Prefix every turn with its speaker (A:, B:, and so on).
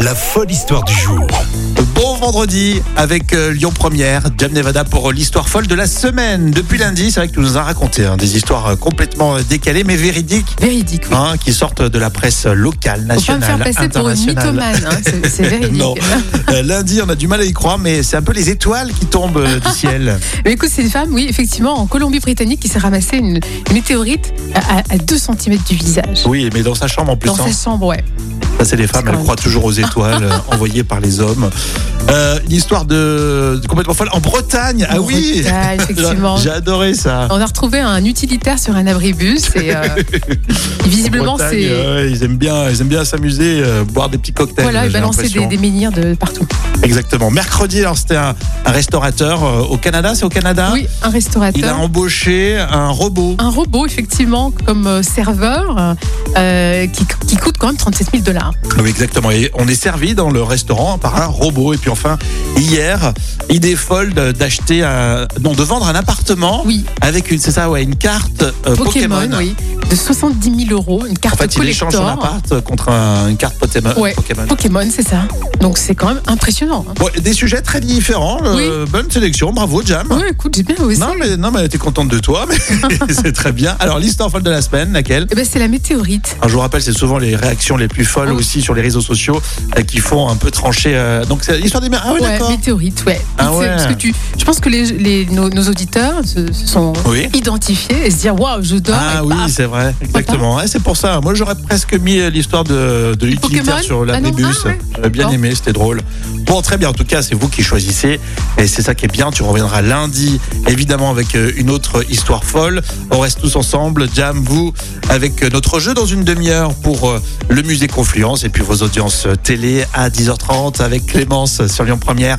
A: La folle histoire du jour.
B: Bon vendredi avec euh, Lyon Première, Jam Nevada pour euh, l'histoire folle de la semaine. Depuis lundi, c'est vrai que tu nous as raconté hein, des histoires euh, complètement euh, décalées mais véridiques
C: Véridique, oui.
B: hein, qui sortent de la presse euh, locale,
C: Faut pas me
B: nationale,
C: faire passer pour une
B: internationale.
C: mythomane, hein, c'est c'est véridique.
B: Non. Euh, lundi, on a du mal à y croire, mais c'est un peu les étoiles qui tombent euh, du ciel.
C: Mais écoute, c'est une femme, oui, effectivement, en Colombie-Britannique, qui s'est ramassée une, une météorite à, à- à 2 cm du visage.
B: Oui, mais dans sa chambre en plus.
C: Dans
B: hein.
C: sa chambre, ouais.
B: Ça, c'est les femmes,
C: C'est
B: elles
C: quand
B: croient toujours aux étoiles euh, envoyées par les hommes. Euh, une histoire de... de complètement folle en Bretagne. ah
C: En
B: oui
C: Bretagne, effectivement.
B: J'ai adoré ça.
C: On a retrouvé un utilitaire sur un abribus et euh, visiblement,
B: En Bretagne,
C: c'est.
B: euh, ils aiment bien, ils aiment bien s'amuser, euh, boire des petits cocktails.
C: Voilà, et
B: j'ai
C: balancer des,
B: l'impression.
C: des menhirs de partout.
B: Exactement. Mercredi, alors c'était un, un restaurateur euh, au Canada, c'est au Canada.
C: oui, un
B: Ah. Il a
C: restaurateur.
B: embauché un robot.
C: Un robot, effectivement, comme euh, serveur, euh, qui, qui coûte quand même 37 000 dollars.
B: Oui, exactement. Et on est servi dans le restaurant par un robot. Et puis enfin, hier, idée folle de- d'acheter, un- non, de vendre un appartement
C: Oui,
B: avec une, c'est ça, ouais, une carte euh,
C: Pokémon,
B: Pokémon.
C: oui, de 70 000 euros, une
B: En
C: carte
B: fait, il
C: collector.
B: échange son appart contre un- une carte Pokémon.
C: Ouais.
B: Pokémon.
C: Pokémon, c'est ça. Donc c'est quand même impressionnant. hein.
B: Bon, des sujets très différents. Euh, Bonne sélection, bravo Jam.
C: Ouais, écoute, j'ai bien aussi.
B: Ah. Non mais, non, mais t'es contente de toi, mais c'est très bien. Alors, l'histoire folle de la semaine, laquelle
C: Eh ben, c'est la météorite.
B: Alors, je vous rappelle, c'est souvent les réactions les plus folles
C: Oui.
B: aussi sur les réseaux sociaux euh, qui font un peu trancher. euh, donc, c'est l'histoire des mères. Ah oui,
C: ouais,
B: d'accord.
C: météorite, ouais.
B: Ah
C: C'est-
B: ouais.
C: Parce que tu, je pense que les, les- nos, nos auditeurs se, se sont
B: Oui.
C: identifiés et se dire waouh, je dors.
B: Ah
C: et
B: oui,
C: paf.
B: c'est vrai, exactement. Ouais, c'est pour ça. Moi, j'aurais presque mis euh, l'histoire de, de l'utilitaire
C: Pokémon
B: sur la
C: Ah non, ah ouais.
B: J'aurais bien
C: D'accord.
B: aimé, c'était drôle. Bon, très bien. En tout cas, c'est vous qui choisissez. Et c'est ça qui est bien. Tu reviendras lundi, évidemment, avec euh, une autre histoire folle. On reste tous ensemble, Jam, vous, avec euh, notre jeu dans une demi-heure pour euh, le musée Confluence et puis vos audiences euh, télé à 10h30 avec Clémence sur Lyon Première.